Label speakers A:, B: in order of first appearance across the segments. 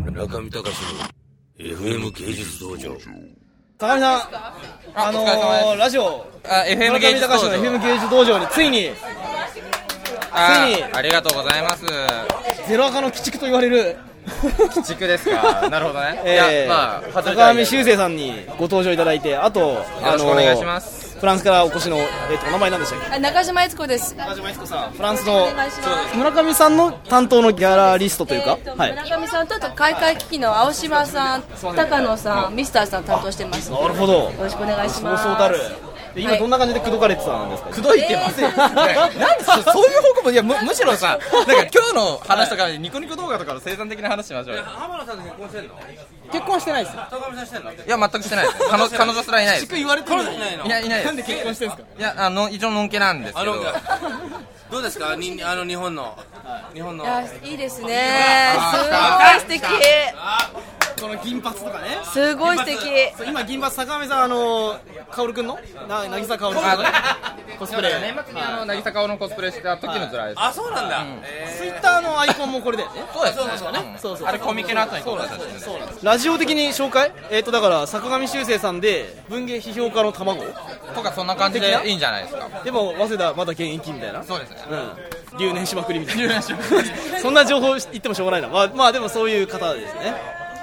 A: 村上隆の FM 芸術道場
B: 高見さん、あのー、ラジオ、
C: あ、FM
B: 村
C: 芸
B: 上
C: 術
B: 隆
C: 道
B: の FM
C: 場。
B: 芸術道場についに
C: あ
B: ついに
C: ありがとうございます。
B: ゼロアカの鬼畜と言われる、
C: 鬼畜ですか。なるほどね。 い
B: えー
C: や、まあ、外れた
B: 高
C: い
B: 見修正さんにご登場いただいて、あと、
C: よ
B: あ
C: ろしくお
B: の
C: 願いします
B: ー、フランスからお越しの、えっと、お名前なんでしたっけ
D: あ中島悦子です。
B: 中島彦さん、フランスの
D: お願いします
B: 村上さんの担当のギャラリストというか
D: えー、と
B: はい、な
D: 村上さんとあと開会危機の青島さん、高野さん、ミスターさん担当してます。よ
B: るほど、
D: ろしくお願いし
B: そう
D: ます。
B: そうたる、で今、
D: はい
B: どんな感じで口説かれてたんですか、
C: くどいてます よ。ねなんでそ そういう報告もいやむむしろさ、 なんか今日の話とかニコニコ動画とかの生産的な話しましょうよ。
A: 浜田さんと結婚してんの
C: 結婚してないです。
A: 高見さんしてんの
C: いや全くしてない です。彼女彼女すらいないです。
A: 言われてるいないの
C: いやいないです。なんで結婚してんですか。いやあの一応のんけなんですけ
A: あ
C: ど
A: の。どうですかにあの日本の日本の
D: いやいいですね。
B: あ
D: すごい素敵。
B: この銀髪とかね。
D: すごい素敵。
B: そう今銀髪坂上さんあのカオルくんのな渚カオルくん
C: あ
B: の
C: の
B: コスプレ
C: 年末にあの渚顔のコスプレした時のズラです。
A: あそうなんだ
B: ツイッターのアイコンもこれだよね
C: そうですね。
B: そ
C: そう
B: うそう
C: あれコミケの後に撮ったやつですね。
B: ラジオ的に紹介えっ、とだから坂上修正さんで文芸批評家の卵
C: とかそんな感じでいいんじゃないですか。
B: でも早稲田まだ現役みたいな
C: そうですね。
B: うん留年しまくりみたいな
C: 留年しまくり
B: そんな情報言ってもしょうがないなまあまあでもそういう方ですね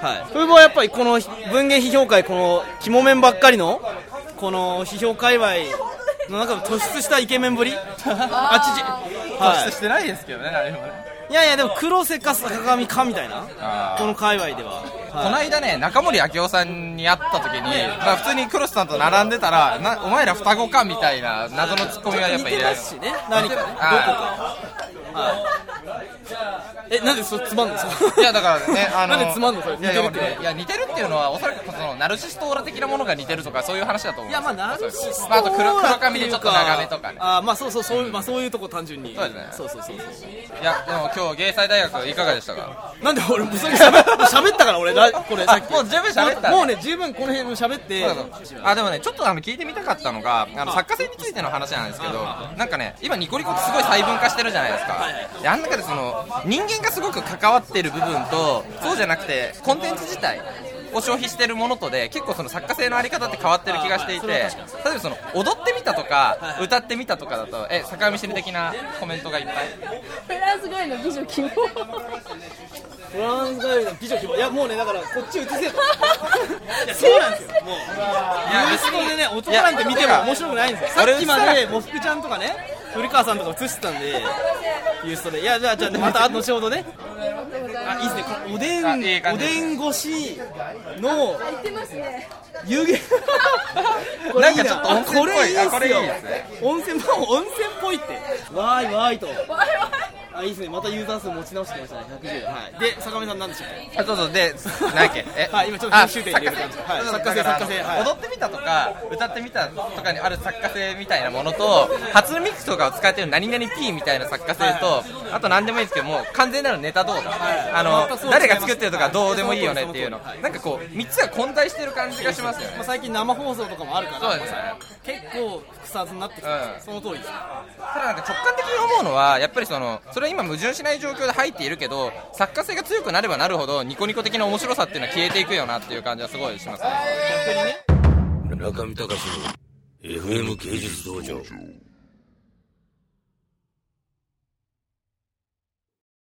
B: はい風貌はやっぱりこの文芸批評会この肝面ばっかりのこの批評界隈の中で突出したイケメンぶ りあっちちはい
C: してないですけどね、何もね。
B: いやいやでも黒瀬か坂上かみたいな
C: あー
B: この界隈では、
C: この
B: はい
C: 間ね、中森明夫さんに会った時に、まあ普通にクロスさんと並んでたら、なお前ら双子かみたいな謎のツッコミがやっ
B: 似
C: ぱり
B: て
C: ね
B: ますしね何かねどこ
C: は
B: か、はい、えなんでそれつまんのそ
C: い
B: れ
C: やだからね、あ の、
B: なんでつまんのそれ
C: いやいや
B: 似てるって
C: いや似てるっていうのは、おそらくそのナルシストオーラ的なものが似てるとか、そういう話だと思う
B: い
C: ん
B: や
C: ですよ。
B: まあナルシス
C: ま
B: ト
C: ああと黒黒髪でちょっと長めとかね。
B: あーまあそうそうそういうまあそういうとこ単純に
C: そうですね
B: そうそうそうそう
C: いや、でも今日芸才大学いかがでしたか
B: なんで俺もうそれ喋っ喋ったから俺ラこれさっき
C: もう十分喋ったね
B: もうね十分この辺も喋って
C: そうそうあでもねちょっとあの聞いてみたかったのがあの作家性についての話なんですけどなんかね今ニコニコってすごい細分化してるじゃないですかであん中でその人間がすごく関わってる部分とそうじゃなくてコンテンツ自体を消費してるものとで結構その作家性のあり方って変わってる気がしていて例えばその踊ってみたとか歌ってみたとかだとえ坂上忍的なコメントがいっぱい
D: フランス街の美女希望。
B: フランス街の美女希望いやもうねだからこっち映 せよいやそうなんですよもう
C: い
B: ユーストでね、男なんて見ても面白くないんですよ。さ
C: 俺
B: っきまで、もふくちゃんとかね、古川さんとか映してたんで、ユーストで。いや、じゃあ、じゃあ、また後ほどね。あ、いいですね。このおで
C: あいい
B: ん、お
C: 感じです
B: でん越しの
D: 言ってますね。
B: 湯気。 これ
C: ないん
B: い
C: かちょっと温泉っぽい
B: これいいっ
C: あこ
B: す
C: れいい
B: よ
C: ですね。
B: 温泉、もう温泉っぽいって。わーいわーいと。あ、いいですね。またユーザー数持ち直してきましたね。110。はい。で、坂上さんなんでしょうか
C: あそうそうで何やっけえ
B: はい今ちょっと
C: あ
B: 終点
C: 作
B: 入れ
C: 家
B: る
C: 性
B: 感じはい
C: そうそう
B: 作家性
C: だから
B: 作家性はい
C: 踊ってみたとか歌ってみたとかにある作家性みたいなものと初音ミックスとかを使ってる何々 P みたいな作家性とあと何でもいいですけどもう完全なるネタ動画あ
B: またそうですね
C: の誰が作ってるとかどうでもいいよねっていうの
B: はい
C: なんかこう3つが混在してる感じがしますよ
B: まあ
C: ね
B: 最近生放送とかもあるから、
C: そうですね
B: 結構複雑になってきてます。その通りです。
C: ただなんか直感的に思うのはやっぱりそのそれは今矛盾しない状況で入っているけど作家性が強くなればなるほどニコニコ的な面白さっていうのは消えていくよなっていう感じはすごいしますね
A: 村上隆の FM 芸術道場